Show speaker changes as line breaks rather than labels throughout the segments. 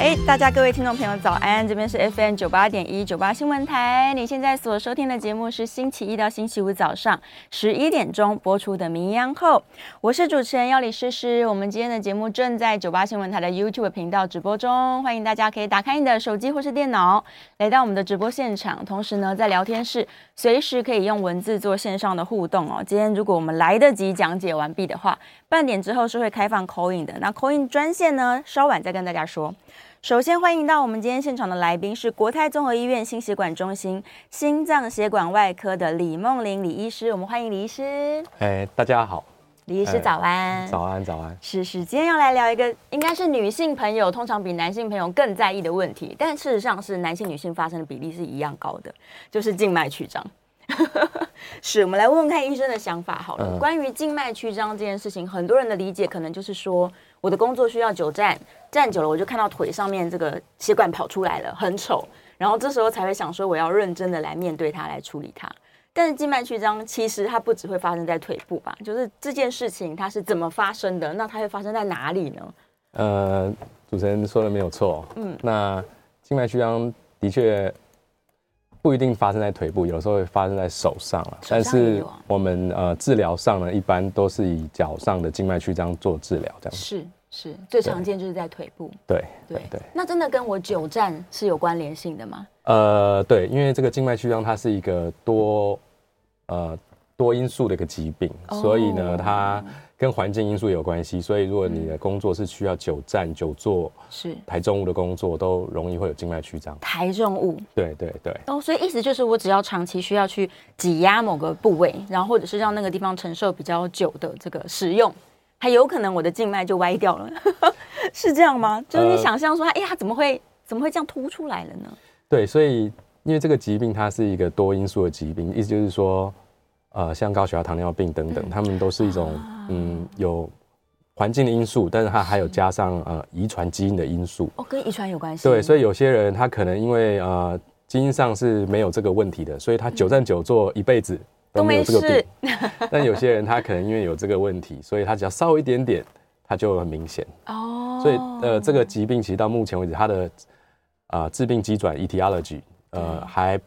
哎，大家各位听众朋友，早安！这边是 FM 九八点一九八新闻台，你现在所收听的节目是星期一到星期五早上十一点钟播出的《名医后》，我是主持人要李诗诗。我们今天的节目正在九八新闻台的 YouTube 频道直播中，欢迎大家可以打开你的手机或是电脑，来到我们的直播现场。同时呢，在聊天室随时可以用文字做线上的互动哦。今天如果我们来得及讲解完毕的话，半点之后是会开放 call in 的。那 call in 专线呢，稍晚再跟大家说。首先欢迎到我们今天现场的来宾是国泰综合医院心血管中心心脏血管外科的李梦玲李医师，我们欢迎李医师。
哎，大家好，
李医师
哎
早安。
早安，早安。
是是，今天要来聊一个应该是女性朋友通常比男性朋友更在意的问题，但事实上是男性女性发生的比例是一样高的，就是静脉曲张。 是我们来问问看医生的想法好了。
嗯
关于静脉曲张这件事情，很多人的理解可能就是说，我的工作需要久站，站久了我就看到腿上面这个血管跑出来了，很丑，然后这时候才会想说我要认真的来面对它，来处理它。但是静脉曲张其实它不只会发生在腿部吧？就是这件事情它是怎么发生的？那它会发生在哪里呢？
呃，主持人说的没有错。嗯，那静脉曲张的确不一定发生在腿部，有时候会发生在手上啊。
手上
但
也
是
有啊
我们呃治疗上呢，一般都是以脚上的静脉曲张做治疗，这样子。
是是，最常见就是在腿部。
对
对
对。
那真的跟我久站是有关联性的吗？
呃，对，因为这个静脉曲张它是一个多呃多因素的一个疾病，
哦
所以呢，它跟环境因素有关系。所以如果你的工作是需要久站、久坐、
是
抬重物的工作，都容易会有静脉曲张。
抬重物
对对对，
哦，所以意思就是我只要长期需要去挤压某个部位，然后或者是让那个地方承受比较久的这个使用，还有可能我的静脉就歪掉了， 是这样吗？就是你
呃
想象说它，哎、它怎么会怎么会这样凸出来了呢？
对，所以因为这个疾病它是一个多因素的疾病，意思就是说，呃，像高血压、糖尿病等等，他们都是一种
啊
嗯有环境的因素，但是它还有加上呃遗传基因的因素。
哦，跟遗传有关系。
对，所
以
以有些人他可能因为呃基因上是没有这个问题的，所以他久站久坐一辈子
嗯都
都没有
没
这个
事
病。 但有些人他可能因为有这个问题，所以他只要稍微一点点，他就很明显。
哦，
所以呃，这个疾病其实到目前为止，它的啊致病机转 （etiology） 呃还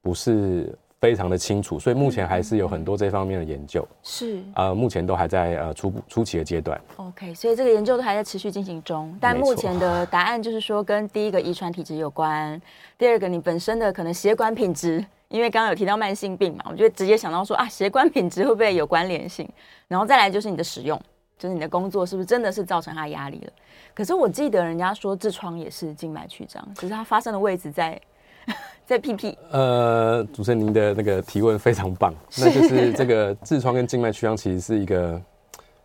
不是非常的清楚，所以目前还是有很多这方面的研究，
是
呃，目前都还在呃初步初期的阶段。
OK，所以这个研究都还在持续进行中，但
没
目
错
前的答案就是说，跟第一个遗传体质有关，第二个你本身的可能血管品质，因为刚刚有提到慢性病嘛，我就直接想到说啊，血管品质会不会有关联性？然后再来就是你的使用，就是你的工作是不是真的是造成他压力了？可是我记得人家说痔疮也是静脉曲张，只是它发生的位置在 在屁屁。
呃，主持人您的那个提问非常棒，那就是这个痔疮跟静脉曲张其实是一个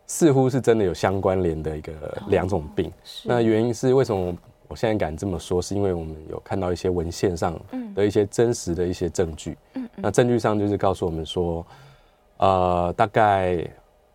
似乎是真的有相关联的一个两种病。那原因是为什么我现在敢这么说，是因为我们有看到一些文献上的一些真实的一些证据。那证据上就是告诉我们说，呃，大概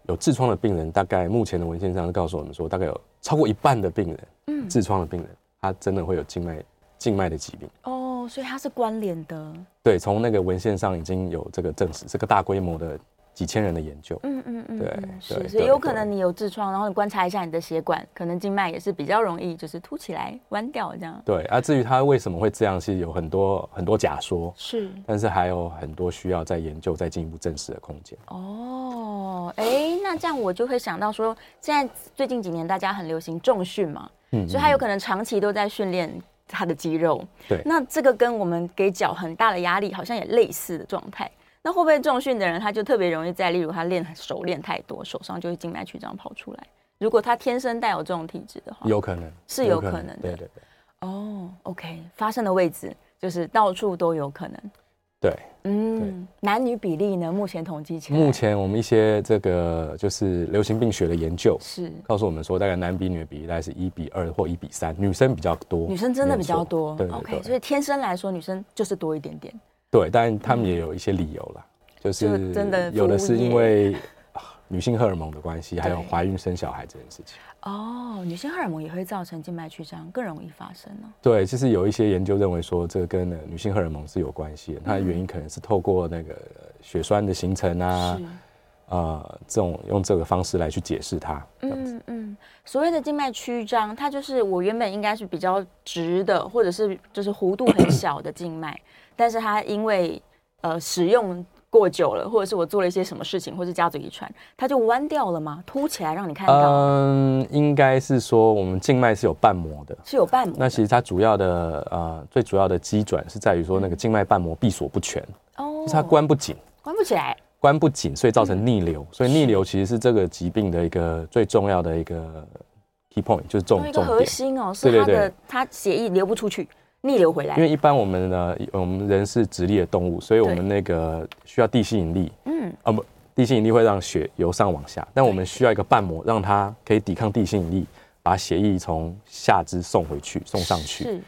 有痔疮的病人，大概目前的文献上是告诉我们说，大概有超过一半的病人，痔疮的病人，他真的会有静脉静脉的疾病。
哦，所以它是关联的。
对，从那个文献上已经有这个证实，这个大规模的几千人的研究。
嗯嗯嗯，
对
嗯是，
对
所以
对
有可
对
能你有痔疮，然后你观察一下你的血管，可能静脉也是比较容易就是凸起来、弯掉这样。
对，啊，至于它为什么会这样，是有很多很多假说，
是
但是还有很多需要再研究、再进一步证实的空间。
哦，哎、那这样我就会想到说，现在最近几年大家很流行重训嘛，
嗯
所以他有可能长期都在训练他的肌肉。
对
那这个跟我们给脚很大的压力好像也类似的状态。那会不会重训的人他就特别容易在，例如他练手练太多，手上就会静脉曲张跑出来？如果他天生带有这种体质的话，
有可能
哦是有可能的
对对对
哦，OK，发生的位置就是到处都有可能。
对。
嗯，男女比例呢？目前统计起来，
目前我们一些这个就是流行病学的研究，
是
告诉我们说，大概男比女的比例大概是一比二或一比三，女生比较多，
女生真的比较多。
没有错
o k
对
所
对
以天生来说，女生就是多一点点。
对，但他们也有一些理由啦，就
嗯就是真的
有的是因为啊女性荷尔蒙的关系，还有
对
怀孕生小孩这件事情。
哦，女性荷尔蒙也会造成静脉曲张，更容易发生呢、
对，其实有一些研究认为说，这个跟呃女性荷尔蒙是有关系的，它的
嗯
原因可能是透过那个呃血栓的形成啊，
是，
呃，这种用这个方式来去解释它。嗯，
嗯嗯，所谓的静脉曲张，它就是我原本应该是比较直的，或者是就是弧度很小的静脉，但是它因为呃使用过久了，或者是我做了一些什么事情，或是家族遗传，它就弯掉了吗？凸起来让你看到，
嗯，应该是说我们静脉是有瓣膜的，
是有瓣膜的。
那其实它主要的呃最主要的基转是在于说那个静脉瓣膜闭锁不全，
哦
就是它关不紧。
关不起来，
关不紧，所以造
嗯
成逆流。所以逆流其实是这个疾病的一个最重要的一个 key point，就是重
用一个
重
核
点。
心哦，是
对
它
对
的
对
它血液流不出去，逆流回来
因。为一般我们呢，我们人是直立的动物，所以我
对
们那个需要地心引力
嗯，
啊，不，地心引力会让血由上往下，但我们需要一个瓣膜，让它可以抵抗地心引力，把血液从下肢送回去，送上去。
是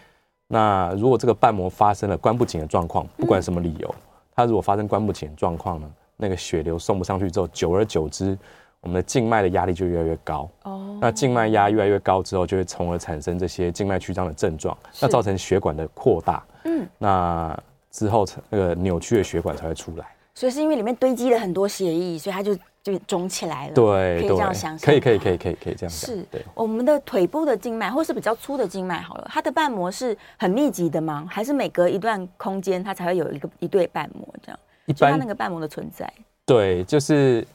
那如果这个瓣膜发生了关不紧的状况，不管什么理由，它如果发生关不紧的状况呢，那个血流送不上去之后，久而久之，我们的静脉的压力就越来越高。
哦，
那静脉压越来越高之后，就会从而产生这些静脉曲张的症状，那造成血管的扩大，
嗯，
那之后才那个扭曲的血管才会出来。
所以是因为里面堆积了很多血液，所以它就就肿起来了。
对，
可以
对，
这样想象
可以，可以，
吗
可以，可以，可以这样想。
是
对，
我们的腿部的静脉，或是比较粗的静脉好了，它的瓣膜是很密集的吗？还是每隔一段空间它才会有一个一对瓣膜这样？
一
就它那
般
个瓣膜的存在，
对，就是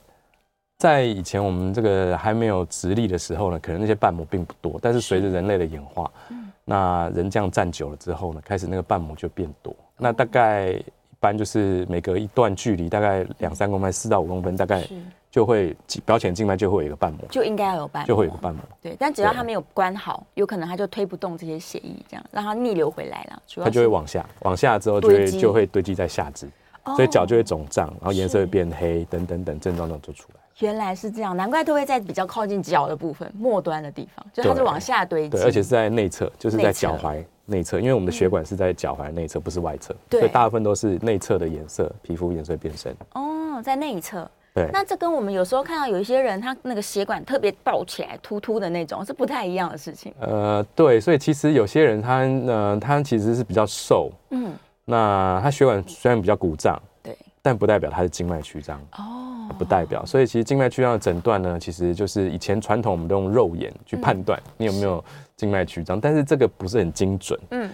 在以前我们这个还没有直立的时候呢，可能那些瓣膜并不多，但是随着人类的演化，
嗯
那人这样站久了之后呢，开始那个瓣膜就变多。那
哦
大概一般就是每隔一段距离，大概两三公分、四到五公分，大概
是
就会表浅静脉就会有一个瓣膜，
就应该要有瓣膜，
就会有一个瓣膜，
对，但只要
对
它没有关好，有可能它就推不动这些血液，这样让它逆流回来了。主要
它就会
是
往下，往下之后就
堆
会
积
就会堆积在下肢，
哦
所以脚就会肿胀，然后颜色
是
会变黑，等等等症状都就出来。
原来是这样，难怪都会在比较靠近脚的部分、末端的地方，就它
对
是往下堆积，
对，而且是在内侧，就是在
内侧嗯
脚踝内侧，因为我们的血管是在脚踝内侧，不是外侧，
对
所以大部分都是内侧的颜色，皮肤颜色会变深。
哦，在内侧。
对，
那这跟我们有时候看到有一些人，他那个血管特别爆起来、突突的那种，是不太一样的事情。
呃，对，所以其实有些人他呃，他其实是比较瘦，
嗯，
那他血管虽然比较鼓胀，
对，
但不代表他是静脉曲张。
哦，
不代表，所以其实静脉曲张的诊断呢，其实就是以前传统我们都用肉眼
嗯
去判断你有没有静脉曲张，但是这个不是很精准
嗯，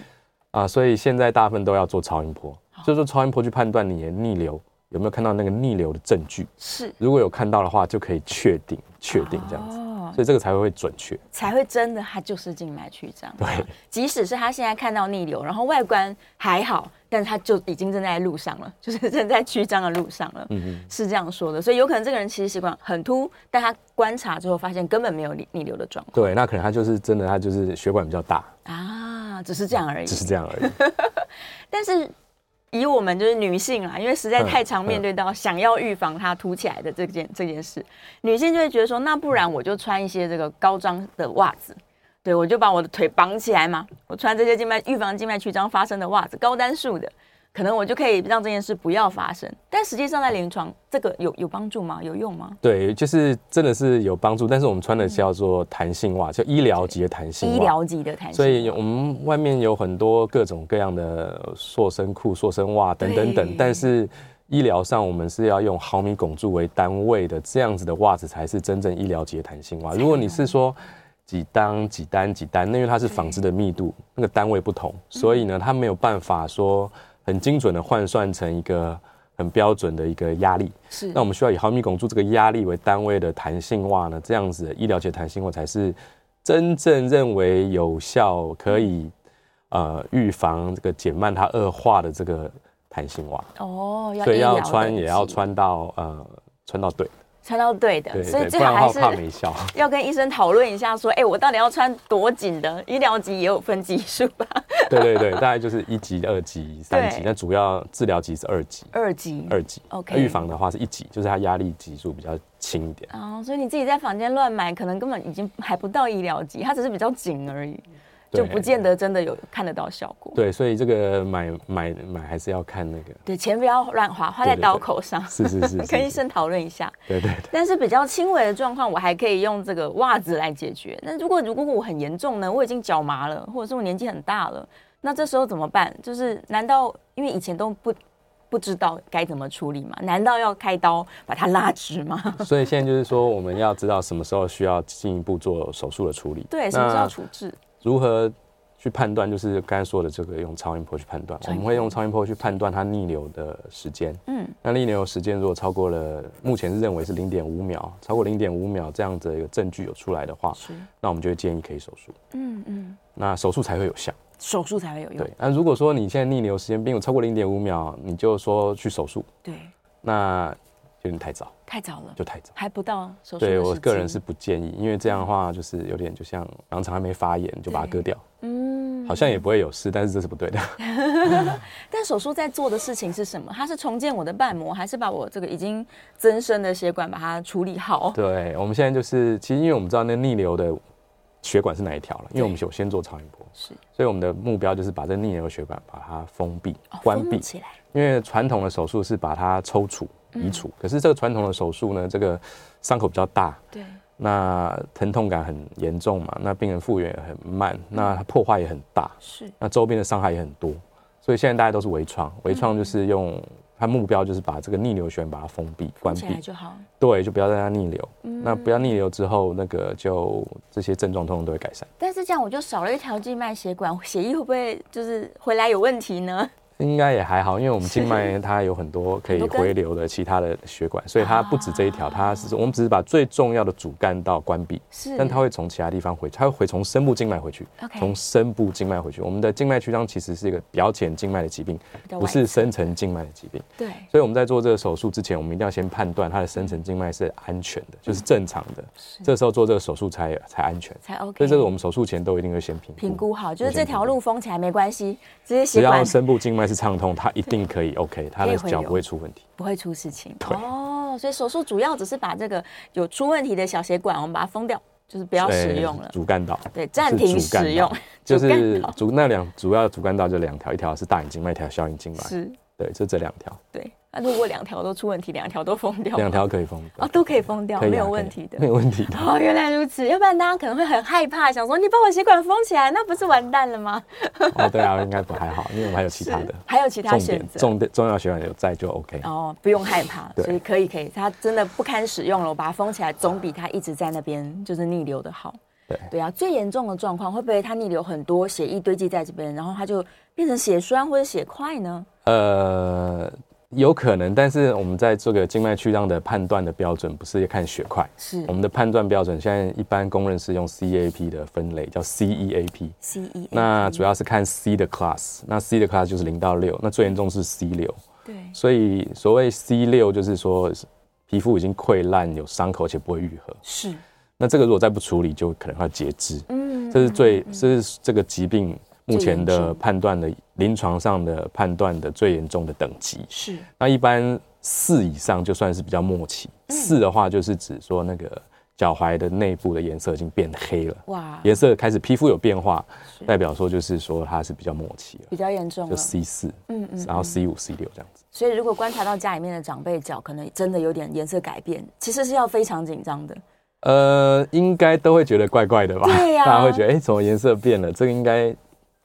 啊，所以现在大部分都要做超音波，就是说超音波去判断你的逆流有没有看到那个逆流的证据，
是
如果有看到的话，就可以确定确定这样子，
哦，
所以这个才会准确。
才会真的他就是静脉曲张。
对，
即使是他现在看到逆流，然后外观还好，但是他就已经正在路上了， 就是正在曲张的路上了。
嗯嗯，
是这样说的，所以有可能这个人其实血管很凸，但他观察之后发现根本没有逆逆流的状况
对，那可能他就是真的，他就是血管比较大，
啊，只是这样而已。
只是这样而已。
但是以我们就是女性啦，因为实在
嗯
太常面对到想要预防它凸起来的这件这件事，女性就会觉得说，那不然我就穿一些这个高张的袜子。对，我就把我的腿绑起来嘛，我穿这些静脉预防静脉曲张发生的袜子，高单数的，可能我就可以让这件事不要发生。但实际上在临床，这个有有帮助吗？有用吗？
对，就是真的是有帮助，但是我们穿的是叫做弹性袜，就医疗级的弹性袜。
医疗级的弹性，
啊所以有我们外面有很多各种各样的塑身裤、塑身袜等等
对
等，但是医疗上我们是要用毫米汞柱为单位的这样子的袜子才是真正医疗级的弹性袜。如果你是说几单、几单、几单，那因为它是纺织的密度，那个单位不
嗯
同，所以呢，它没有办法说很精准的换算成一个很标准的一个压力。
是
那我们需要以毫米汞柱这个压力为单位的弹性袜呢，这样子的医疗级的弹性袜才是真正认为有效可以呃预防这个减慢它恶化的这个弹性袜，
哦，要
所以
医疗
要穿
等
也要
级
穿到呃穿到对，
穿到对的，
对
所以
对，
最
不然
好还
的话
是
怕没效。
要跟医生讨论一下，说，哎、我到底要穿多紧的？医疗级也有分级数吧？
对对对，大概就是一级、二级、三级
对，
那主要治疗级是二级，
二级，
二级
OK
预防的话是一级，就是它压力级数比较轻一点。
哦，所以你自己在房间乱买，可能根本已经还不到医疗级，它只是比较紧而已。就不见得真的有看得到效果。
对，所以这个买买买还是要看那个。
对，钱不要乱花，花在刀口上。
是是是，
跟医生讨论一下。
对对对。
但是比较轻微的状况，我还可以用这个袜子来解决。那如果如果我很严重呢，我已经脚麻了，或者是我年纪很大了，那这时候怎么办？就是难道因为以前都不不知道该怎么处理嘛？难道要开刀把它拉直吗？
所以现在就是说，我们要知道什么时候需要进一步做手术的处理。
对，什么时候处置？
如何去判断？就是刚才说的这个，用超音波去判断。我们会用超音波去判断它逆流的时间。嗯，那逆流时间如果超过了，目前是认为是零点五秒，超过零点五秒这样的一个证据有出来的话，那我们就会建议可以手术。嗯嗯，那手术才会有效，
手术才会有用。
对，那如果说你现在逆流时间并有超过零点五秒，你就说去手术，
对，
那有点太早，
太早了，
就太早，
还不到手术。
对我个人是不建议，因为这样的话就是有点就像盲肠还没发炎就把它割掉。
嗯，
好像也不会有事，但是这是不对的。
但手术在做的事情是什么？它是重建我的瓣膜，还是把我这个已经增生的血管把它处理好？
对，我们现在就是其实因为我们知道那逆流的血管是哪一条了，因为我们有先做超音波，
是，
所以我们的目标就是把这逆流血管把它封闭、
哦
关
封
闭
起来。嗯
因为传统的手术是把它抽除、移除，可是这个传统的手术呢，这个伤口比较大，
对，
那疼痛感很严重嘛，那病人复原也很慢，那它破坏也很大，
是
那周边的伤害也很多，所以现在大家都是微创，微
嗯
创就是用它目标就是把这个逆流血管把它封闭、关
起
闭
来，就嗯好。
对，就不要让它逆流。那不要逆流之后，那个就这些症状通通都会改善，
但是这样我就少了一条静脉血管，血液会不会就是回来有问题呢？
应该也还好，因为我们静脉它有很多可以
很多根啊
回流的其他的血管，所以它不止这一条，它是我们只是把最重要的主干道关闭，
是，
但它会从其他地方回，它会回从深部静脉回去
OK，
从深部静脉回去。我们的静脉曲张其实是一个表浅静脉的疾病，
较
不
外
是深层静脉的疾病。
对
所以我们在做这个手术之前，我们一定要先判断它的深层静脉是安全
嗯
的，就是正常的，这时候做这个手术才才安全。
才 OK。
所以这个我们手术前都一定会先评估
评估好，就是
我先
这条路封起来没关系，这些
只
血
要
管
深部静脉是畅通，它一定可以 OK，它的
可以回
脚
流
不会出问题。
不会出事情。
对
哦，所以手术主要只是把这个有出问题的小血管，我们把它封掉，就是不要使
对
用了。
主干道
对，暂停
是主干道
使用
就
主干
是
道
主那两主要主干道就两条，一条是大眼静脉，一条小眼静脉，
是，哦
对，就这两条，
对。那如果两条都出问题，两条都封掉吗，
两条可以封闭
哦都可以封掉，
可以啊
没有
可以
问题的
没。有问题的。
哦，原来如此，要不然大家可能会很害怕，想说你把我血管封起来，那不是完蛋了吗？
哦，对啊，应该不还好，因为我们还有其他的
是，还有其他
重
选
点
择。
重点重要血管有在就 OK。
哦，不用害怕，
对
所以可以可以，它真的不堪使用了，我把它封起来，总比它一直在那边就是逆流的好。
对
啊，最严重的状况会不会它逆流很多血液堆积在这边，然后它就变成血栓或者血块呢？
呃，有可能，但是我们在这个静脉曲张的判断的标准不是看血块，
是
我们的判断标准现在一般公认是用 CAP 的分类，叫 CEAP。
C E
那主要是看 C 的 class，那 C 的 class 就是零到六，那最严重是 C 六，
对
所以所谓 C 六就是说皮肤已经溃烂有伤口，而且不会愈合。
是
那这个如果再不处理，就可能要截肢。
嗯
这是最，这是这个疾病目前
最严
的
重
判断的临床上的判断的最严重的等级。
是
那一般四以上就算是比较末期，
嗯
四、的话就是指说那个脚踝的内部的颜色已经变黑了，
哇，
颜色开始皮肤有变化，代表说就是说它是比较末期了，
比较严重
就
了。
C 四，
嗯嗯，
然后 C 五、C 六这样子。
所以如果观察到家里面的长辈脚可能真的有点颜色改变，其实是要非常紧张的。
呃，应该都会觉得怪怪的吧？
对呀
大家会觉得哎、诶怎么颜色变了？这个应该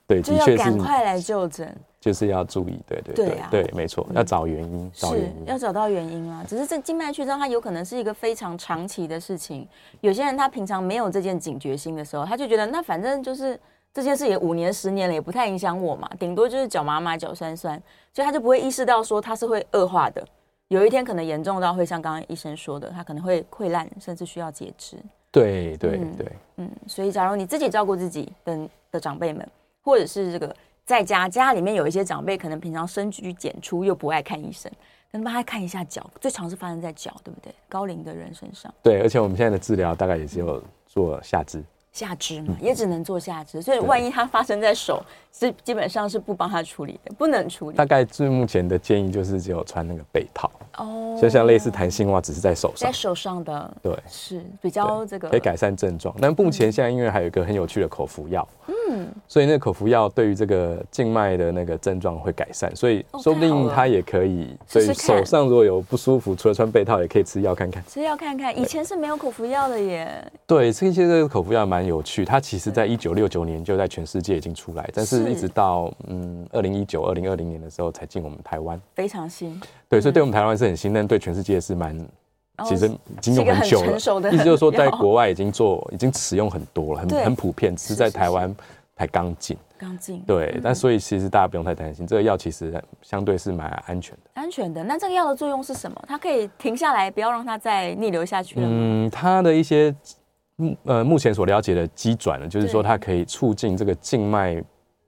对，
就
的
要
确是
赶快来就诊，
就是要注意，对对
对啊
没错，要找原因，找原
是
因
要。找到原因啊。只是这静脉曲张，它有可能是一个非常长期的事情。有些人他平常没有这件警觉心的时候，他就觉得那反正就是这件事也五年、十年了，也不太影响我嘛，顶多就是脚麻麻、脚酸酸，所以他就不会意识到说它是会恶化的。有一天可能严重到会像刚刚医生说的，他可能会溃烂，甚至需要截肢。
对对
嗯
对，
嗯，所以假如你自己照顾自己的的长辈们，或者是这个在家家里面有一些长辈，可能平常深居简出又不爱看医生，可能帮他看一下脚，最常是发生在脚，对不对？高龄的人身上，
对，而且我们现在的治疗大概也只有做下肢，
下肢
嗯
嘛，也只能做下肢，所以万一它发生在手，是基本上是不帮他处理的，不能处理
大。概最目前的建议就是只有穿那个被套，
哦
就像类似弹性袜，只是在手
在
上。
手上的
对，
是比较
对
这个
可以改善症状。但目前现在因为还有一个很有趣的口服药，嗯，所以那个口服药对于这个静脉的那个症状会改善，所以
哦
说不定它也可以。所以手上如果有不舒服，除了穿被套，也可以吃药看看。
吃药看看，以前是没有口服药的耶。
对，这些这个口服药蛮有趣，它其实在一九六九年就在全世界已经出来，但是一直到嗯二零一九、二零二零年的时候才进我们台湾，
非常新。
对，所以对我们台湾是很新，但对全世界是蛮。其实已经用很久了，意思就是说，在国外已经做、已经使用很多了，很很普遍，只是嗯在台湾才刚进。
刚进
对，但所以其实大家不用太担心，这个药其实相对是蛮安全的。
安全的，那这个药的作用是什么？它可以停下来，不要让它再逆流下去了。
嗯，它的一些目呃目前所了解的肌转呢，就是说它可以促进这个静脉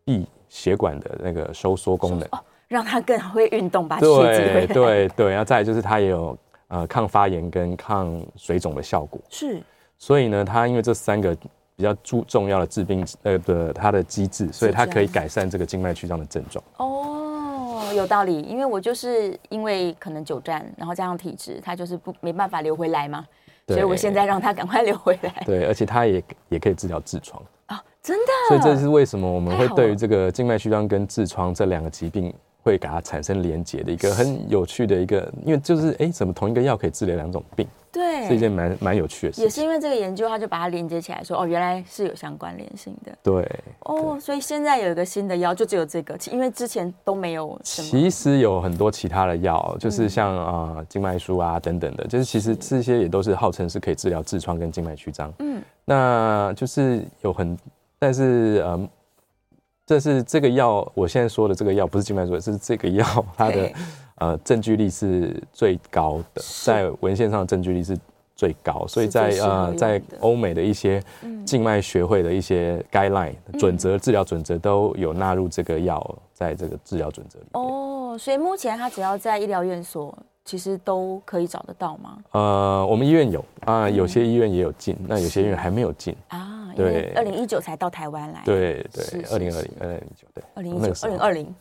壁血管的那个收缩功能，
让它更会运动，
啊
把气
对对对，然后再就是它也有。呃，抗发炎跟抗水肿的效果
是，
所以呢，它因为这三个比较注重要的治病呃的它的机制，所以它可以改善这个静脉曲张的症状。
哦，有道理，因为我就是因为可能久站，然后加上体质，它就是不没办法流回来嘛，所以我现在让它赶快流回来。
对，而且它也也可以治疗痔疮
啊、哦，真的。
所以这是为什么我们会对于这个静脉曲张跟痔疮这两个疾病。会给它产生连结的一个很有趣的一个，因为就是哎，怎么同一个药可以治疗两种病？
对，
是一件蛮蛮有趣的事情。
也是因为这个研究，它就把它连接起来说，说哦，原来是有相关联性的。
对，
哦，所以现在有一个新的药，就只有这个，因为之前都没有什么。
其实有很多其他的药，就是像啊、呃、静脉舒啊等等的，就是其实这些也都是号称是可以治疗痔疮跟静脉曲张。嗯，那就是有很，但是呃。这是这个药，我现在说的这个药不是静脉注射，是这个药它的呃证据力是最高的，在文献上证据力是最高，所以在呃在欧美的一些
嗯
静脉学会的一些 guideline、嗯、准则、治疗准则都有纳入这个药在这个治疗准则里面。
哦，所以目前它只要在医疗院所。其实都可以找得到吗？
呃，我们医院有啊，
嗯
有些医院也有进，那有些医院还没有进
啊。对，二零一九才到台湾来。
对对，二零二零，二零一九，对，
二零一九，二零二零，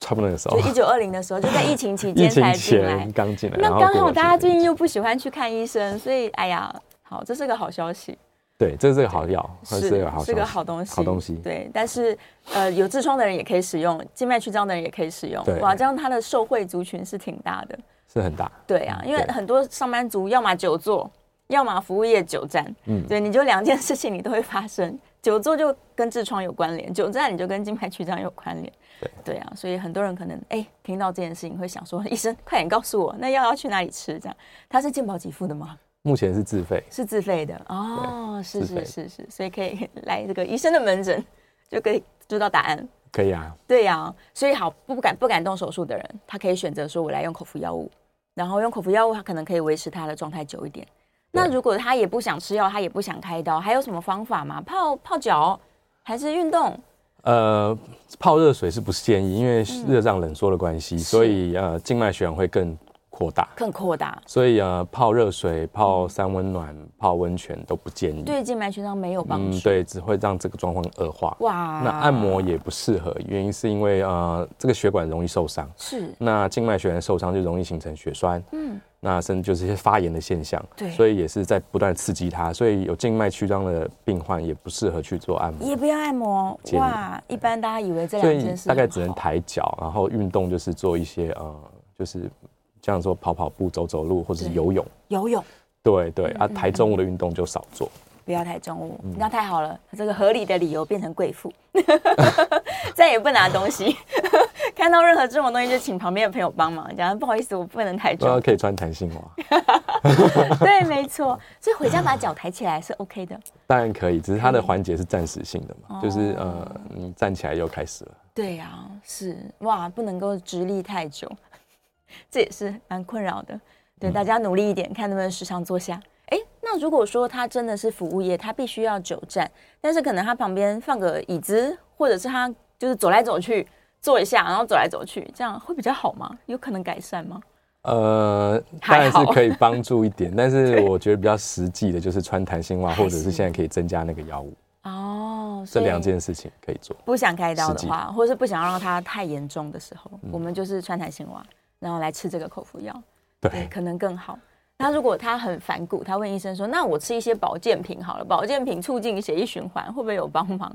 差不多那个时候。
一九二零的时候，就在疫情期 间才进来，
刚进来。
那刚好大家最近又不喜欢去看医生，所以哎呀，好，这是个好消息。
对，这哦是个好药，
是
个好，
是个好东西，
好东西。
对，但是呃，有痔疮的人也可以使用，静脉曲张的人也可以使用。哇，这样它的受惠族群是挺大的。
是很大，
对啊，因为很多上班族要么久坐，要么服务业久站，嗯，对，你就两件事情你都会发生，久坐就跟痔疮有关联，久站你就跟静脉曲张有关联，
对，
对啊，所以很多人可能哎、欸、听到这件事情会想说，医生快点告诉我，那药要去哪里吃？这样，它是健保给付的吗？
目前是自费，
是自费的哦，是是是是，所以可以来这个医生的门诊就可以知道答案。
可以啊，
对呀、啊，所以好不敢不敢动手术的人，他可以选择说，我来用口服药物，然后用口服药物，他可能可以维持他的状态久一点。那如果他也不想吃药，他也不想开刀，还有什么方法吗？泡泡脚还是运动？
呃，泡热水是不建议，因为
嗯
热胀冷缩的关系，嗯、所以呃，静脉血管会更扩大，
更扩大。
所以呃，泡热水、泡三温暖、泡温泉都不建议，嗯
对静脉曲张没有帮助。嗯，
对，只会让这个状况恶化。
哇，
那按摩也不适合，原因是因为呃，这个血管容易受伤。
是，
那静脉血管受伤就容易形成血栓。嗯，那甚至就是一些发炎的现象。
对，
所以也是在不断刺激它，所以有静脉曲张的病患也不适合去做按摩，
也不要按摩。哇，一般大家以为这两件事，
大概只能抬脚，然后运动就是做一些呃，就是。像说跑跑步、走走路，或者是游泳。
游泳，
对对
嗯
啊，抬重物的运动就少做，
不要抬重物，那太好了。这个合理的理由变成贵妇， 再也不拿东西， 看到任何这种东西就请旁边的朋友帮忙，讲不好意思，我不能抬重。
可以穿 弹性袜。
对，没错，所以回家把脚抬起来是 OK 的。
当然可以，只是它的环节是暂时性的
哦
嘛，就是呃，你站起来又开始了。
对呀，是哇，不能够直立太久。 这也是蛮困扰的，对大家努力一点，看能不能时常坐下。哎，那如果说他真的是服务业，他必须要久站，但是可能他旁边放个椅子，或者是他就是走来走去坐一下，然后走来走去，这样会比较好吗？有可能改善吗？
呃，当然是可以帮助一 点，但是我觉得比较实际的就是穿弹性袜，或者是现在可以增加那个腰物。
哦，
这两件事情可以做。
不想开刀的话，或者是不想让它太严重的时候，嗯、我们就是穿弹性袜。然后来吃这个口服药，
对,对，
可能更好。那如果他很反骨，他问医生说：“那我吃一些保健品好了，保健品促进血液循环，会不会有帮忙？”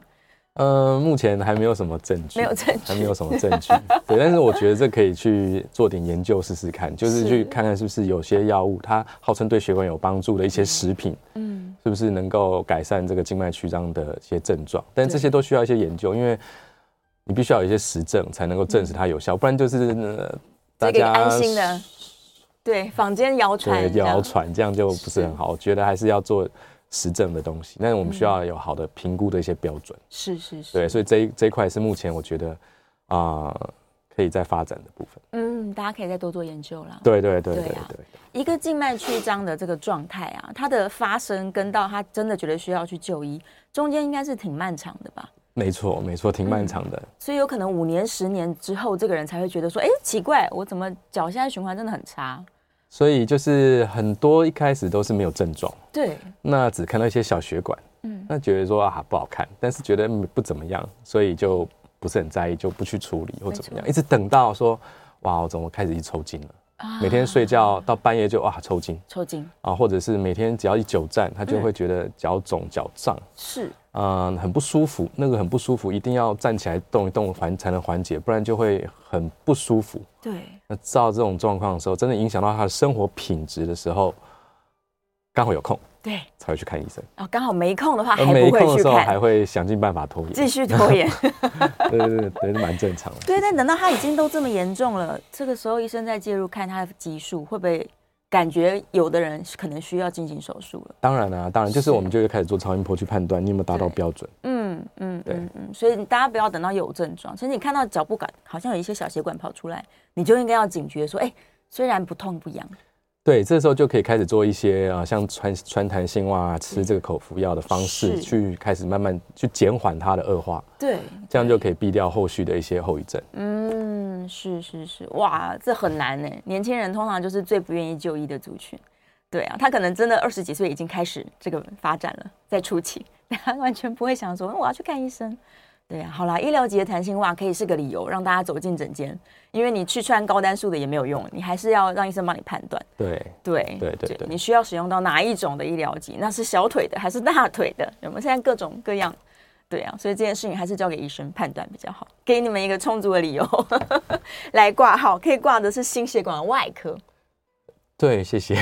呃，目前还没有什么证据，
没有证据
还没有什么证 据。对，但是我觉得这可以去做点研究试试看，就是
是
去看看是不是有些药物，它号称对血管有帮助的一些食品，嗯，是不是能够改善这个静脉曲张的一些症状？但这些都需要一些研究，因为你必须要有一些实证才能够证实它有效，不然就是、呃、大
这个
家
安心的，对，坊间谣传
对
这样，
谣传这样就不是很好。我觉得还是要做实证的东西，但是我们需要有好的评估的一些标准。
是是嗯是，
对，所以这一这一块是目前我觉得啊、可以再发展的部分。
嗯，大家可以再多做研究啦。
对对对
对
对
啊
对，
一个静脉曲张的这个状态啊，它的发生跟到他真的觉得需要去就医，中间应该是挺漫长的吧？
没错没
嗯
错，挺漫长的。
所以有可能五年、十年之后，这个人才会觉得说，哎，奇怪，我怎么脚现在循环真的很差？
所以就是很多一开始都是没有症状，
对，
那只看到一些小血管，嗯，那觉得说啊不好看，但是觉得嗯不怎么样，所以就不是很在意，就不去处理或
没
怎么样，
错
一直等到说哇我怎么开始一抽筋了，
啊
每天睡觉到半夜就啊抽筋
抽筋
啊，或者是每天只要一久
嗯
站，他就会觉得脚肿脚胀，
是
嗯，很不舒服，那个很不舒服，一定要站起来动一动缓才能缓解，不然就会很不舒服。
对，
那照这种状况的时候，真的影响到他的生活品质的时候，刚好有空
对，
才会去看医生，
哦，刚好没空的话还
而
不
呃没
会
空的
去
时候
看
还，会想尽办法拖延。
继续拖 延。
对对对对，蛮正常的。
对，但等到他已经都这么严重了，这个时候医生再介入看他的级数，会不会感觉有的人可能需要进行手术了？
当然啊，当然就是
是
我们就会开始做超音波去判断你有没有达到标准。
嗯嗯
对
嗯嗯，所以大家不要等到有症状，其实你看到脚部感好像有一些小血管跑出来，你就应该要警觉说，哎、虽然不痛不痒，
对，这时候就可以开始做一些啊，像穿穿弹性袜啊，吃这个口服药的方式，
是
去开始慢慢去减缓它的恶化，
对，
这样就可以避掉后续的一些后遗症。
嗯，是是是，哇，这很难呢。欸年轻人通常就是最不愿意就医的族群，对啊，他可能真的二十几岁已经开始这个发展了，在初期，他完全不会想说嗯我要去看医生。对啊，好啦，医疗级的弹性袜可以是个理由让大家走进诊间，因为你去穿高单数的也没有用，你还是要让医生帮你判断。
对，
对
对对对
你需要使用到哪一种的医疗级？那是小腿的还是大腿的？有没有现在各种各样？对啊，所以这件事情还是交给医生判断比较好，给你们一个充足的理由 来挂号，可以挂的是心血管外科，
对，谢谢。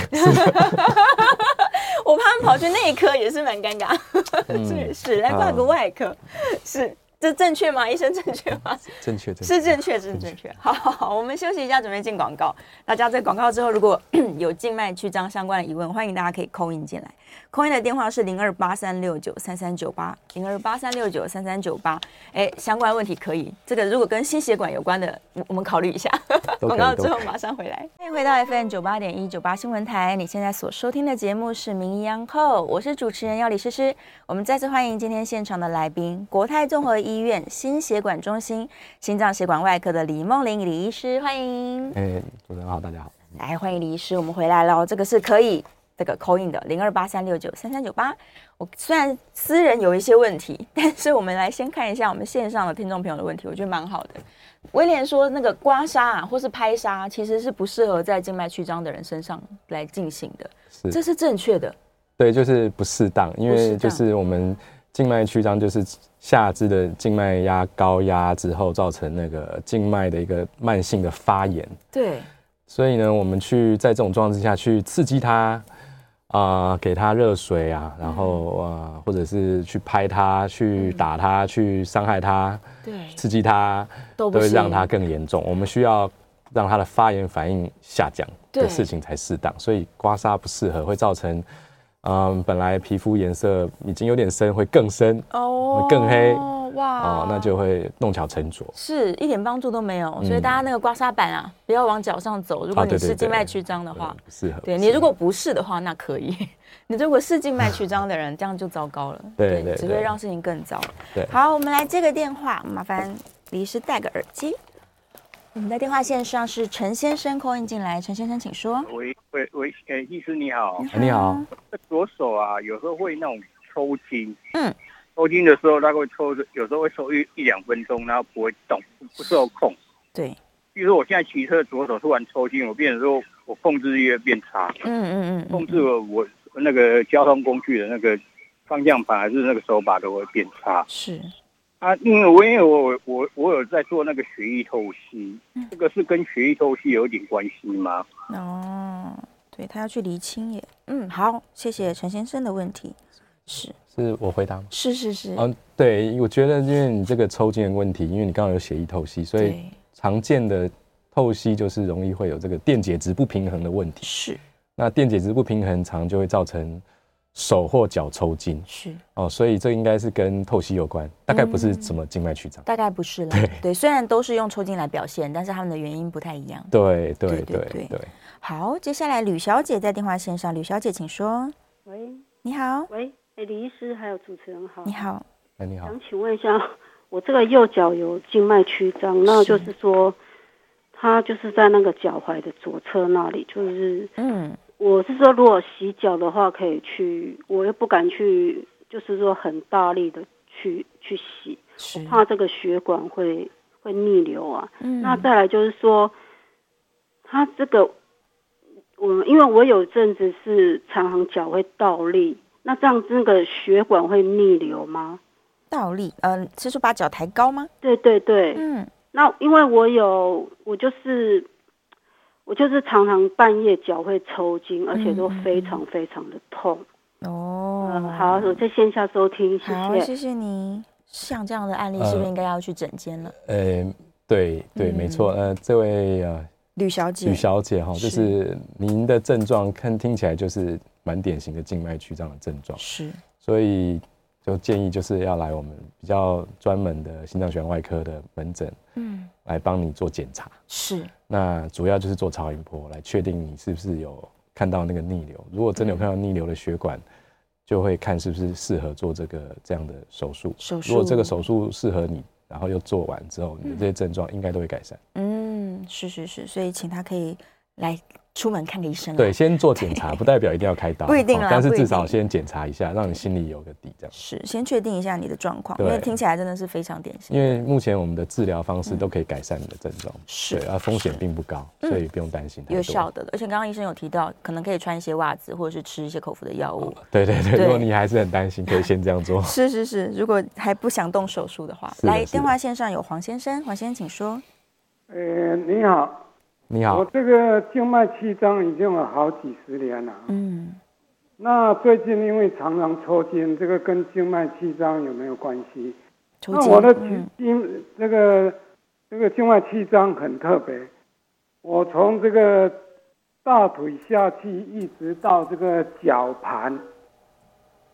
我怕他们跑去内科也是蛮尴尬，
嗯
是是来挂个外科，是这正确吗？医生正确吗？
正确，正确
是正确，是正确。好好好，我们休息一下，准备进广告。大家在广告之后，如果 有静脉曲张相关的疑问，欢迎大家可以扣印进来。扣印的电话是零二八三六九三三九八零二八三六九三三九八。哎，相关问题可以，这个如果跟心血管有关的，我我们考虑一下。
都可
广
以
告
都
之
可
后马上回来。欢迎回到 FM 九八点一九八新闻台，你现在所收听的节目是《名医央后》，我是主持人要李诗诗。我们再次欢迎今天现场的来宾，国泰综合医院心血管中心心脏血管外科的李梦玲李医师，欢迎。
哎、主持人好，大家好。
来，欢迎李医师，我们回来喽。这个是可以这个扣印的零二八三六九三三九八。我虽然私人有一些问题， 但是我们来先看一下我们线上的听众朋友的问题，我觉得蛮好的。威廉说，那个刮痧啊，或是拍痧，其实是不适合在静脉曲张的人身上来进行的，
是
这是正确的。
对，就是不适当，因
不适
为
当
就是我们静脉曲张，就是下肢的静脉压高压之后，造成那个静脉的一个慢性的发炎。
对，
所以呢，我们去在这种状况之下去刺激它，啊、给它热水啊，然后
嗯
啊、呃或者是去拍它、去打它、去伤害它、
对，
刺激它，
都
都
不
会
行。
让它更严重。我们需要让它的发炎反应下降
对
的事情才适当，所以刮痧不适合，会造成嗯本来皮肤颜色已经有点深，会更深
哦
更黑
哇
哦、那就会弄巧成拙。
是一点帮助都没有，所以
嗯
大家那个刮痧板啊，不要往脚上走。如果
啊
你
对对
是
对
静脉曲张的
对
话，
不适合。
啊对
不
你
适合
如果不是的话，那可以； 你如果是静脉曲张的人，这样就糟糕了。
对对
只
对
会让事情更糟。
对
好，我们来接个电话，麻烦李医师戴个耳机。我们在电话线上是陈先生 call in 进来，陈先生请说。
喂喂喂，呃、医师你好，
嗯
哎你好，
左手啊，有时候会那种抽筋，
嗯，
抽筋的时候它会抽，有时候会抽一一两分钟，然后不会动，不受控。
对，
比如说我现在骑车左手突然抽筋，我变成说我控制力越变差，
嗯嗯嗯
控制我我那个交通工具的那个方向盘还是那个手把都会变差。
是
啊，因为我因为我我我有在做那个血液透析，
嗯
这个是跟血液透析有点关系吗？
哦，对他要去厘清耶。嗯，好，谢谢陈先生的问题。是
是我回答吗？
是是是，
嗯，对，我觉得因为你这个抽筋的问题，因为你刚刚有血液透析，所以
对，
常见的透析就是容易会有这个电解质不平衡的问题。
是
那电解质不平衡常就会造成手或脚抽筋
是，
哦，所以这应该是跟透析有关，大概不是
嗯
什么静脉曲张。
大概不是啦。
对
对，虽然都是用抽筋来表现，但是他们的原因不太一样。
对对
对对对
对对，
好，接下来吕小姐在电话线上，吕小姐请说。
喂
你好，
喂，哎，李医师还有主持人好，
你，好，
哎你好
想，请问一下，我这个右脚有静脉曲张，那就是说，它就是在那个脚踝的左侧那里，就是
嗯，
我是说，如果洗脚的话，可以去，我又不敢去，就是说很大力的去去洗，
是，
怕这个血管会会逆流啊。
嗯
那再来就是说，他这个，我因为我有阵子是常常脚会倒立，那这样那个血管会逆流吗？
倒立，嗯、是说把脚抬高吗？
对对对，
嗯，
那因为我有我就是我就是常常半夜脚会抽筋，而且都非常非常的痛。
嗯哦，
嗯，好，我在线下收听，谢
好，
谢。
谢谢你。像这样的案例，是不是
呃
应该要去诊间了？
呃，对对，
嗯
没错，呃，这位呃
吕小姐，
吕小姐哈，
是
就是您的症状看听起来就是蛮典型的静脉曲张的症状，
是，
所以就建议就是要来我们比较专门的心脏血管外科的门诊
嗯，
来帮你做检查。
是，
那主要就是做超音波来确定你是不是有看到那个逆流。如果真的有看到逆流的血管，就会看是不是适合做这个这样的手术。
手术
如果这个手术适合你，然后又做完之后，你的这些症状应该都会改善。
嗯，是是是，所以请她可以来出门看个医生啊啦
对，，先做 检查，不代表一定要开刀，
不一定啦
哦但是
不一定
至少先检查一下，让你心里有个底，这样。
是先确定一下你的状况，因
对
为听起来真的是非常典型。
因为目前我们的治疗方式都可以改善你的症状，
嗯是嗯
对，啊，风险并不高，所以不用担心太多。
有效的了，而且刚刚医生有提到，可能可以穿一些袜子，或者是吃一些口服的药物。
对对对，
对
如果你还是很担心，可以先这样做。
是是是，如果还不想动手术的话，
是的
来
是的
电话线上有黄先生，黄先生请说。
呃，你好，
你好
我，这个静脉曲张已经有好几十年了。
嗯，
那最近因为常常抽筋，这个跟静脉曲张有没有关系？
抽
那
筋
我的
嗯
筋、这个这个静脉曲张很特别，我从这个大腿下去一直到这个脚盘，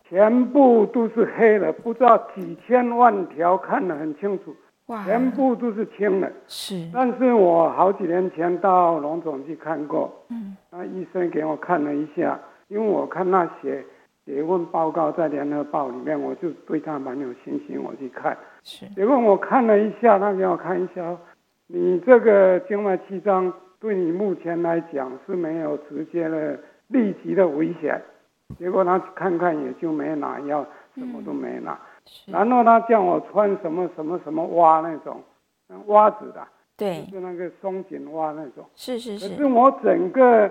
全部都是黑的，不知道几千万条，看得很清楚，
哇，
全部都是青的。
是
但是我好几年前到龙总去看过，嗯，那医生给我看了一下，因为我看那写写一份报告在联合报里面，我就对他蛮有信心，我去看。
是，
结果我看了一下，他给我看一下，你这个静脉曲张对你目前来讲是没有直接的立即的危险。结果他看看也就没拿药，什么都没拿。
嗯
然后他叫我穿什么什么什么蛙那种，嗯蛙子的。
对，
就那个松紧蛙那种。
是是
可
是
是，我整个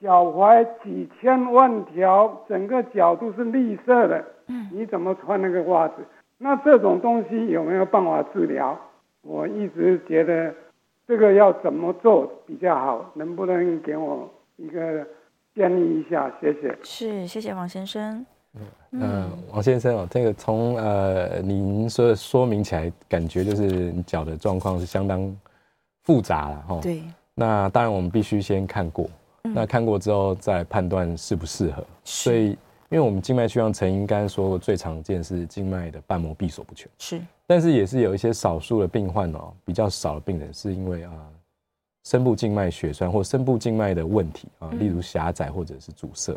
脚踝几千万条，整个脚都是绿色的，嗯，你怎么穿那个袜子？那这种东西有没有办法治疗？我一直觉得这个要怎么做比较好，能不能给我一个建议一下？谢谢。
是，谢谢王先生。
嗯，王先生哦，这个从呃您说说明起来，感觉就是你脚的状况是相当复杂了哈。。
对，
那当然，我们必须先看过，那看过之后再判断适不适合。所以，因为我们静脉曲张成因，刚才说过最常见是静脉的瓣膜闭锁不全，
是
但是也是有一些少数的病患哦，比较少的病人是因为啊、深部静脉血栓或深部静脉的问题啊，例如狭窄或者是阻塞，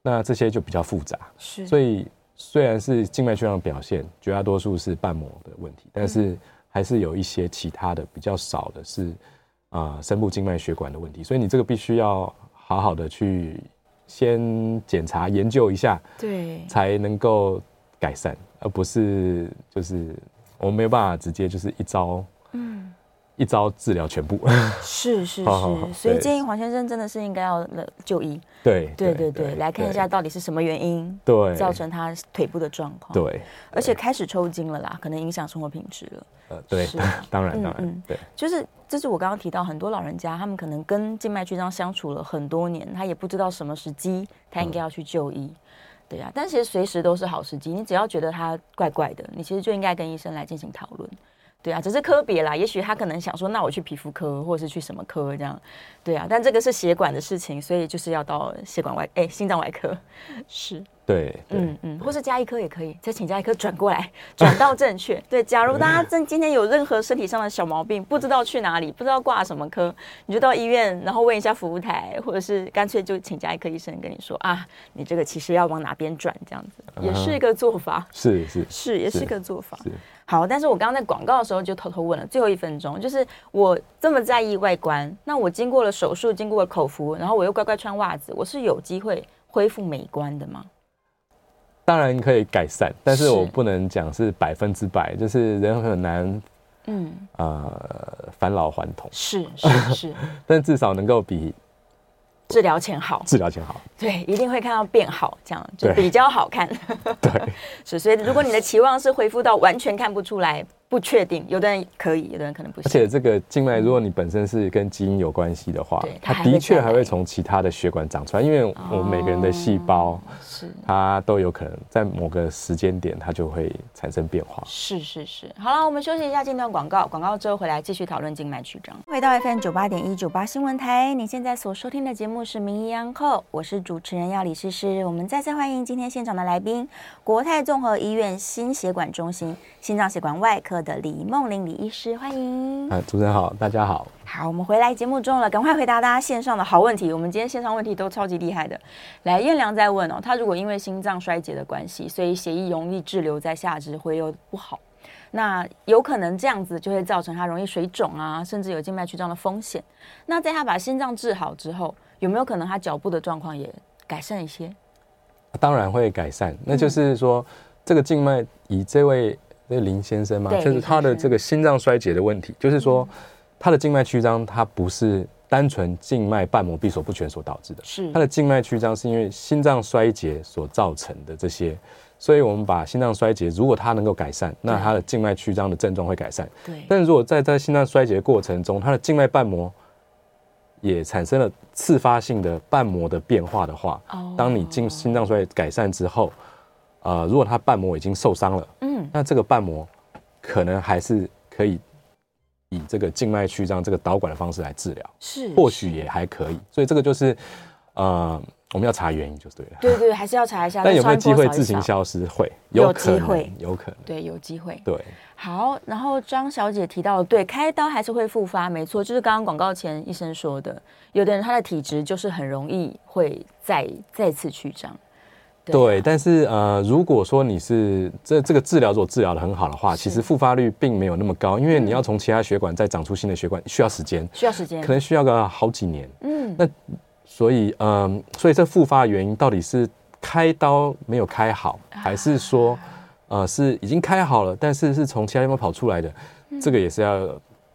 那这些就比较复杂。
是，
所
以
以虽然是静脉曲张的表现，绝大多数是瓣膜的问题，但是
嗯
还是有一些其他的比较少的是啊、呃深部静脉血管的问题，所以你这个必须要好好的去先检查研究一下，
对，
才能够改善，而不是就是我没有办法直接就是一招
嗯，
一招治疗全部。
是是
好好好
是，所以
对
建议黄先生真的是应该要呃就医。
对
对对对，来看一下到底是什么原因
对
造成他腿部的状况。，
对，
而且开始抽筋了啦，可能影响生活品质了。
呃，对
是啊，
当然
嗯
当然
嗯，
对
就是，这是我刚刚提到，很多老人家他们可能跟静脉曲张相处了很多年，他也不知道什么时机他应该要去就
嗯
医。对啊，但其实随时都是好时机，你只要觉得他怪怪的，你其实就应该跟医生来进行讨论。对啊，只是科别啦，也许他可能想说，那我去皮肤科或者是去什么科这样。对啊，但这个是血管的事情，所以就是要到血管外，哎、心脏外科。 是，
对对
嗯嗯，或是加医科也可以，再请加医科转过来， 转到正确。 对，假如大家真今天有任何身体上的小毛病，不知道去哪里，不知道挂什么科，你就到医院，然后问一下服务台，或者是干脆就请加医科医生跟你说啊，你这个其实要往哪边转，这样子 也是一个做法。
是是
是，也是
是
个做法
是。
好，但是我刚刚在广告的时候就偷偷问了，最后一分钟，就是我这么在意外观，那我经过了手术，经过了口服，然后我又乖乖穿袜子，我是有机会恢复美观的吗？
当然可以改善，但是我
是
不能讲是百分之百，就是人很难
嗯，
呃返老还童，
是 是是，
但至少能够比
治疗前好，
治疗前好。
对，一定会看到变好，这样就
对
比较好看。
对，
是，所以如果你的期望是恢复到完全看不出来，不确定，有的人可以，有的人可能不
而
行。
且这个静脉，如果你本身是跟基因有关系的话
对，它
它
还
的
会
确
再哦
还
来
会从其他的血管长出来，因为我们每个人的细胞，
是
它都有可能在某个时间点，它就会产生变化。
是是是，好了，我们休息一下，进段广告，广告之后回来继续讨论静脉曲张。回到 FM 九八点一九八新闻台，你现在所收听的节目是《名医央叩》，我是主持人要李诗诗。我们再次欢迎今天现场的来宾，国泰综合医院心血管中心心脏血管外科的李梦玲李医师，欢迎。
啊，主持人好，大家好。
好，我们回来节目中了，赶快回答大家线上的好问题。我们今天线上问题都超级厉害的。来，燕良在问哦，他如果因为心脏衰竭的关系，所以血液容易滞留在下肢，回流不好，那有可能这样子就会造成他容易水肿啊，甚至有静脉曲张的风险。那在他把心脏治好之后，有没有可能他脚部的状况也改善一些？
当然会改善。那
嗯
就是说，这个静脉以这位那林先生嘛
对，
就是他
林
的
先生嗯
这个心脏衰竭的问题，就是说他的静脉曲张，它不是单纯静脉瓣膜闭锁不全所导致的，
是
它的静脉曲张是因为心脏衰竭所造成的这些。所以，我们把心脏衰竭，如果它能够改善，那它的静脉曲张的症状会改善。
对，
但如果在在心脏衰竭的过程中，它的静脉瓣膜也产生了次发性的瓣膜的变化的话，
哦
当你进心脏衰竭改善之后，呃，如果它瓣膜已经受伤了，
嗯，
那这个瓣膜可能还是可以以这个静脉曲张这个导管的方式来治疗，
是
或许也还可以。所以这个就是呃，我们要查原因就对了。
对对，还是要查一下。
但有没有机
超音波
会
扫一
自行
扫？
消失？会，
有
可
机会
能，有可能。
对，啊有机会。
对，
好，然后张小姐提到，对，开刀还是会复发，没错，就是刚刚广告前医生说的，有的人他的体质就是很容易会再再次曲张。
对，
啊
但是呃，如果说你是这这个治疗如果治疗的很好的话，
是
其实复发率并没有那么高，因为你要从其他血管再长出新的血管需要时间，
需要时间，
可能需要个好几年。
嗯，
那所以嗯、所以这复发的原因到底是开刀没有开好，
啊
还是说呃是已经开好了，但是是从其他地方跑出来的，
嗯
这个也是要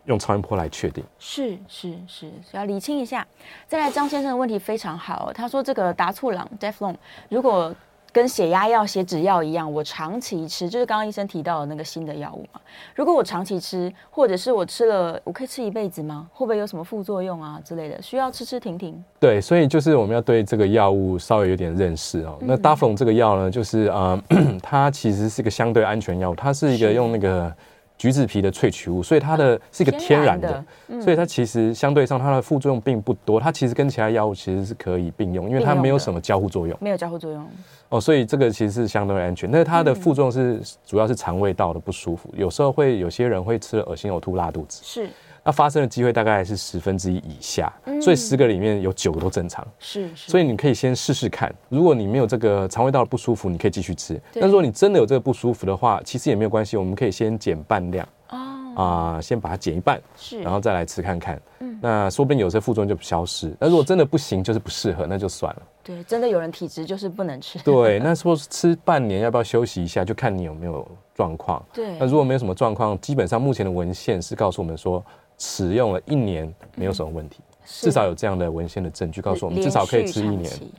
用超音波来确定。
是是是，要理清一下。再来，张先生的问题非常好，他说这个达醋朗 （Deflon） 如果跟血压药、血脂药一样，我长期吃，就是刚刚医生提到的那个新的药物嘛。如果我长期吃，或者是我吃了，我可以吃一辈子吗？会不会有什么副作用啊之类的？需要吃吃停停？
对，所以就是我们要对这个药物稍微有点认识哦。
嗯
那 d a f o n 这个药呢，就是呃， 它其实是一个相对安全药物，它是一个
是啊
用那个橘子皮的萃取物，所以它的是一个天然的，
嗯
所以它其实相对上它的副作用并不多。它其实跟其他药物其实是可以并用，因为
并用
它
的
没有什么交互作用
没有交互作用。
哦，所以这个其实是相对安全。但是它
嗯
的副作用是主要是肠胃道的不舒服，有时候会有些人会吃了恶心、呕吐、拉肚子，
是
那发生的机会大概是十分之一以下，所以
嗯
十个里面有九个都正常。
是是，
所
以
以你可以先试试看，如果你没有这个肠胃道的不舒服，你可以继续吃。
对
但如果你真的有这个不舒服的话，其实也没有关系，我们可以先减半量
哦
啊、先把它减一半，
是，嗯
然后再来吃看看。那说不定有些副作用就消失。那如果真的不行，就是不适合，那就算了。
对，真的有人体质就是不能吃。
对，那说是吃半年要不要休息一下，就看你有没有状况。
对
那如果没有什么状况，基本上目前的文献是告诉我们说，使用了一年没有什么问题，
嗯是
至少有这样的文献的证据告诉我们，至少可以吃一
连续
年
长。期。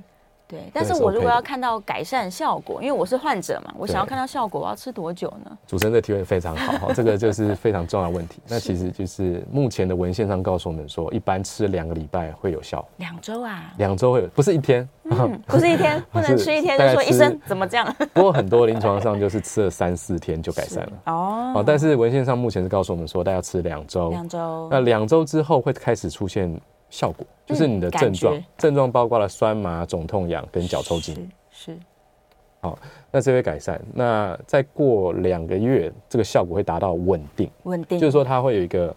对，但
对
是
是
我
OK
如果
的
要看到改善效果，因为我是患者嘛，我想要
对
看到效果，我要吃多久呢？
主持人的提问非 常好，哦这个就是非常重要的问题。那其实就是目前的文献上告诉我们说，一般吃两个礼拜会有效，
两周啊，
两周会有，不是一天。
嗯，不是一 天，不能
是
吃一天
大
就说
概
医
吃
生怎么这样？
不过很多临床上就是吃了三四天就改善了。
哦
哦，但是文献上目前是告诉我们说，大家要吃两周。
两周
那两周之后会开始出现效果，就是你的
嗯感
症状，
觉
症状包括了酸麻、肿痛、痒跟脚抽筋。
是是
那这会改善。那再过两个月，这个效果会达到稳定，
稳定，
就是说它会有一个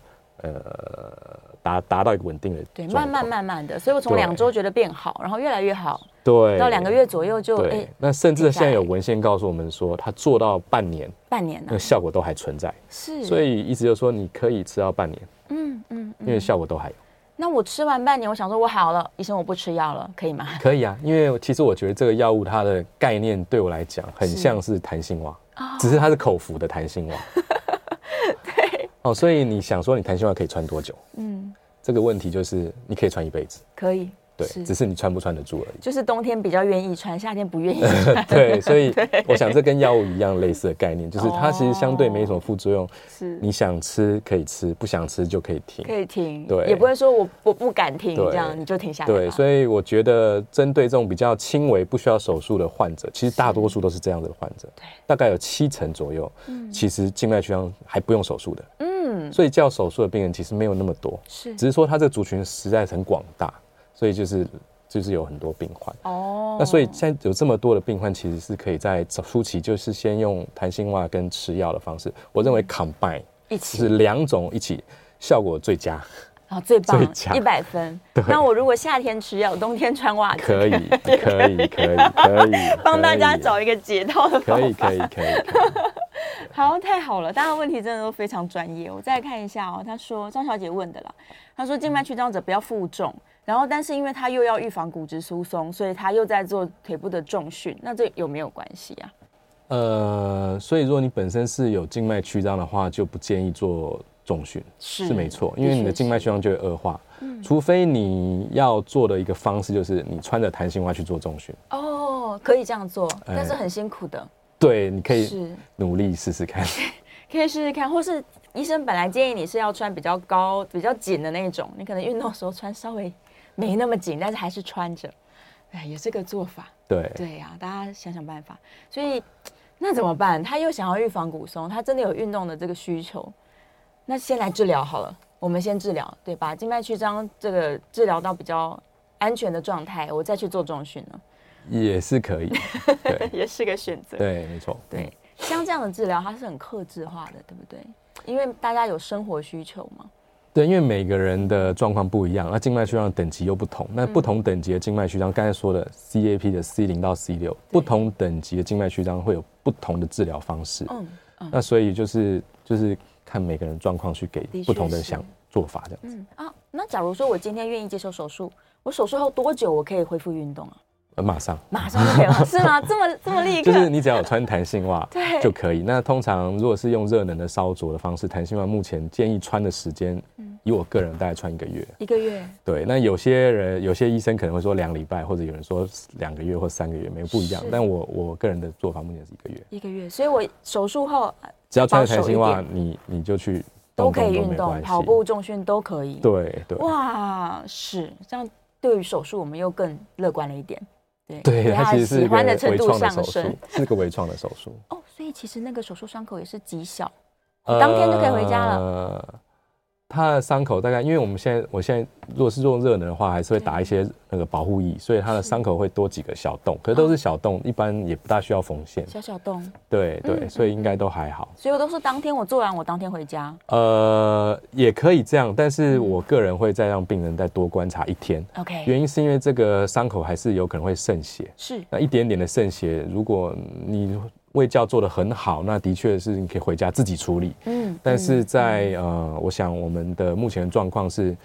呃达达到一个稳定的
对，
状
慢
况
慢慢慢的，所以我从
对
两周觉得变好，然后越来越好，
对
到两个月左右就
对。
哎
那甚至
停下来
现在有文献告诉我们说，它做到半年，
半年
那
了
个，效果都还存在。
是，
所以意思就是说，你可以吃到半年，
嗯嗯
因为
嗯。
效果都还有。
那我吃完半年，我想说我好了，医生我不吃药了，可以吗？
可以啊，因为其实我觉得这个药物它的概念对我来讲很像是弹性袜，
哦
只是它是口服的弹 性袜。对。哦，所以你想说你弹性袜可以穿多久？
嗯，
这个问题就是你可以穿一辈子，
可以，
对，
是
只是你穿不穿得住而 已。
就是冬天比较愿意穿，夏天不愿意穿，
对，所以我想这跟药物一样类似的概念，就是它其实相对没什么副作
哦
用，
是
你想吃可以吃，不想吃就可以停
可。以停，
对
也不会说我我不敢停
对
这样，你就停下来吧。
对，所以我觉得针对这种比较轻微、不需要手术的患者，其实大多数都是这样子的患者，
对
大概有七成左右，其实静脉曲张还不用手术的，
嗯，
所以叫手术的病人其实没有那么多，
是
只是说他这个族群实在是很广大，所以就是就是有很多病患。
哦
那所以现在有这么多的病患，其实是可以在早初期，就是先用弹性袜跟吃药的方式，我认为
嗯
combine
一
就
起
是两种一起效果最佳，
啊，最棒
最，强
一百分。
对
那我如果夏天吃药，冬天穿袜子，
可以，可以，可以，可以，
帮大家
可以啊
找一个解套的
可
方
以，啊
法。
可以，可以。
好，太好了，大家的问题真的都非常专业。我再看一下哦，他说张小姐问的啦，她说静脉曲张者不要负重，然后但是因为她又要预防骨质疏松，所以她又在做腿部的重训，那这有没有关系啊？
呃，所以如果你本身是有静脉曲张的话，就不建议做重训，
是
没错，因为你的静脉曲
确嗯
张就会恶化。除非你要做的一个方式就是你穿着弹性袜去做重训，
是哦，可以这样做，
哎
但是很辛苦的，
对，你可以
是
努力试 试看。
可以试试看，或是医生本来建议你是要穿比较高、比较紧的那种，你可能运动的时候穿稍微没那么紧，但是还是穿着，哎，也是个做法。
对，
对呀、大家想想办法。所以那怎么办？他又想要预防骨松，他真的有运动的这个需求，那先来治疗好了。我们先治疗，对吧？静脉曲张这个治疗到比较安全的状态，我再去做重训呢，
也是可以。对，
也是个选择。
对，没错。
对，像这样的治疗，它是很克制化的，对不对？因为大家有生活需求嘛。
对，因为每个人的状况不一样，那静脉曲张的等级又不同。
嗯
那不同等级的静脉曲张，刚才说的 CAP 的 C 零到 C 六，不同等级的静脉曲张会有不同的治疗方式。
嗯，
那所以就是就是看每个人状况去给
的确
不同的
是
想做法这样子。
嗯啊，那假如说我今天愿意接受手术，我手术后多久我可以恢复运动啊？
呃马上
马上就可以 吗？是吗？这么这么立刻？
就是你只要有穿弹性袜
对
就可以。那通常如果是用热能的烧灼的方式，弹性袜目前建议穿的时间，
嗯
以我个人大概穿一个月。
一个月
对，那有些人有些医生可能会说两礼拜，或者有人说两个月或三个月，没有不一样
是。
但我我个人的做法目前是一个月，
一个月，所以我手术后啊
只要穿着弹性
保守
袜，
一
你你就去
都
动
可以
动都
运
没
动，
关系。
跑步、重训都可以。，
对对
哇，是这样。对于手术，我们又更乐观了一点。对，
对，它
它
其实是
喜
一个
欢的程
微
度
创的
上
手术
升。，
是个微创的手术。
哦，所以其实那个手术伤口也是极小，当天就可以回家了
呃他的伤口大概，因为我们现在，我现在如果是用热能的话，还是会打一些那个保护液，所以他的伤口会多几个小
嗯
洞，可是都是小洞，一般也不大需要缝线。
小小洞。
对
嗯
对，
嗯
所以应该都还好。
所以我都是当天我做完，我当天回家。
呃，也可以这样，但是我个人会再让病人再多观察一天，
OK，
原因是因为这个伤口还是有可能会渗血。
是
那一点点的渗血，如果你胃教做的很好，那的确是你可以回家自己处理。
嗯，
但是在、呃，我想我们的目前的状况是，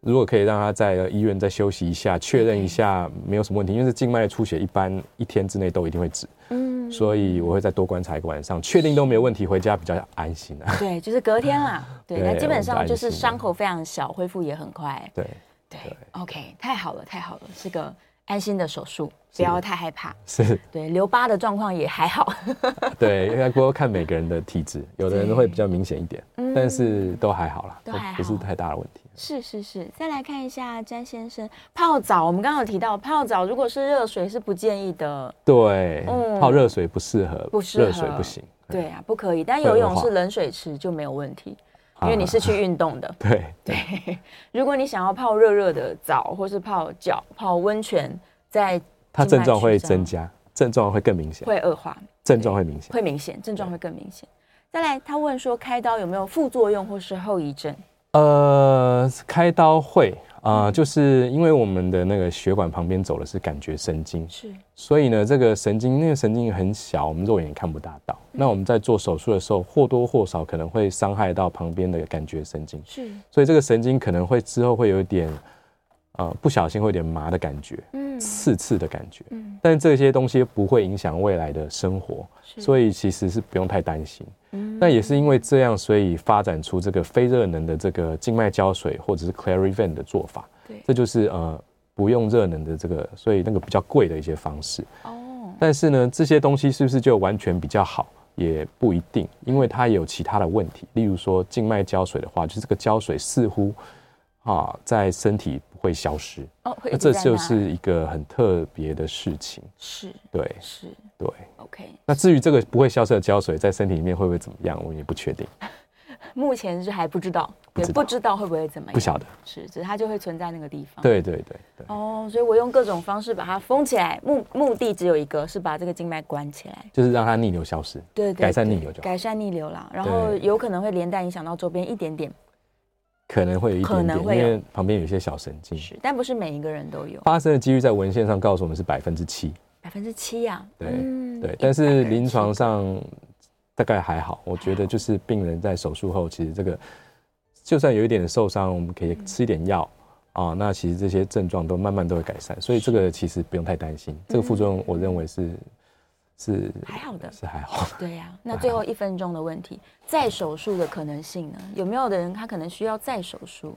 如果可以让他在医院再休
嗯
息一下，确认一下没有什么问题，因为是静脉出血，一般一天之内都一定会止。
嗯
嗯，所以我会再多观察一个晚上，确定都没有问题，回家比较安心啊。
对，就是隔天 啦。对，
对
那基本
我
上
们
就是
担心
伤口非常小，恢复也很快。
对，
对 o k 太好了，太好了，是个安心的手术，不要太害怕。
是，
对，留疤的状况也还好。
对，因为不过看每个人的体质，有的人会比较明显一点，
嗯
但是都还好啦，
都还好
不是太大的问题。
是是是，再来看一下詹先生泡澡，我们刚刚有提到泡澡，如果是热水是不建议的，
对，
嗯
泡热水不适合，
不适合
热水不行。
对啊，不可以。但
会
游
恶
泳
化
是冷水池就没有问题，因为你是去运 动的。
对对
对，如果你想要泡热热的澡，或是泡脚、泡温泉，在
它
静
症
脉
状
曲
会
张
增，加，症状会更明显，
会恶化，
症状会明显。
会明显，症状会更明显。再来，他问说开刀有没有副作用或是后遗症？
呃，开刀会啊、
嗯
呃就是因为我们的那个血管旁边走的是感觉神经，
是
所以呢，这个神经那个神经很小，我们肉眼也看不大到。
嗯
那我们在做手术的时候，或多或少可能会伤害到旁边的感觉神经，
是，
所以这个神经可能会之后会有一点，呃，不小心会有点麻的感觉，
嗯
刺刺的感觉。
嗯
但这些东西不会影响未来的生活，所以其实是不用太担心。那也是因为这样，所以发展出这个非热能的这个静脉胶水或者是 Clarivan 的做法。
对
这就是呃不用热能的这个，所以那个比较贵的一些方式。
哦，
但是呢，这些东西是不是就完全比较好？也不一定，因为它也有其他的问题，例如说静脉胶水的话，就是这个胶水似乎啊在身体不会消失，
哦，会一
那
直
这
在
就
那
是一个很特别的事情。
是
对
是
对，
OK。
那至于这个不会消失的胶水在身体里面会不会怎么样，我们也不确定，
目前是还不知道，
不
对，
知道
不知道会不会怎么样，
不晓得。
是，只是它就会存在那个地方。
对对对对，
哦，所以我用各种方式把它封起来，目目的只有一个，是把这个静脉关起来。
就是让它逆流消失。
对对
改善
对
逆流就好
改善逆流啦，然后
对
有可能会连带影响到周边一点点，
可能会有一
可
点
能
点，因
会有
为旁边有一些小神经，
是，但不是每一个人都有，
发生的几率在文献上告诉我们是百分之七，
百分之七呀，
对
嗯
对，但是临床，
100%
上大概还好。我觉得就是病人在手术后，其实这个就算有一点的受伤，我们可以吃一点药啊，那其实这些症状都慢慢都会改善，所以这个其实不用太担心。这个副作用我认为是是
嗯还好的
是还好。
对呀、那最后一分钟的问题，再手术的可能性呢？有没有的人他可能需要再手术？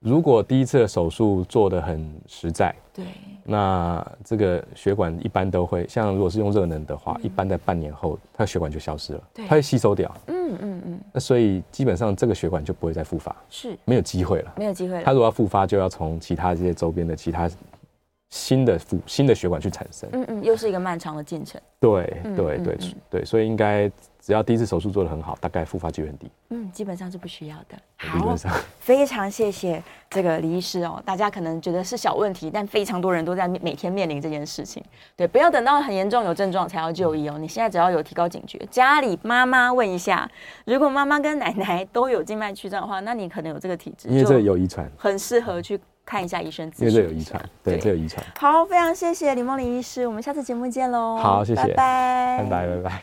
如果第一次的手术做得很实在，
对，
那这个血管一般都会，像如果是用热能的话，一般在半年后，它血管就消失了，
嗯对
它会吸收掉，
嗯嗯嗯，
那所以基本上这个血管就不会再复发，
是
没有机会了。
没有机会
它
了。
如果要复发，就要从其他这些周边的其他新的复新的血管去产生。
嗯嗯，又是一个漫长的进程。
对
嗯
对
嗯
对
嗯
对，所以应该只要第一次手术做得很好，大概复发几率很低，
嗯，基本上是不需要的。
理论上。
非常谢谢这个李医师哦，大家可能觉得是小问题，但非常多人都在面每天面临这件事情。对，不要等到很严重有症状才要就医哦，你现在只要有提高警觉，家里妈妈问一下，如果妈妈跟奶奶都有静脉曲张的话，那你可能有这个体质，
因为这个有遗传，
很适合去看一下医生咨
因
询一下。
为这个有遗传，对，这个有遗传。
好，非常谢谢李梦玲医师，我们下次节目见喽。
好谢谢
拜拜，
拜拜拜拜。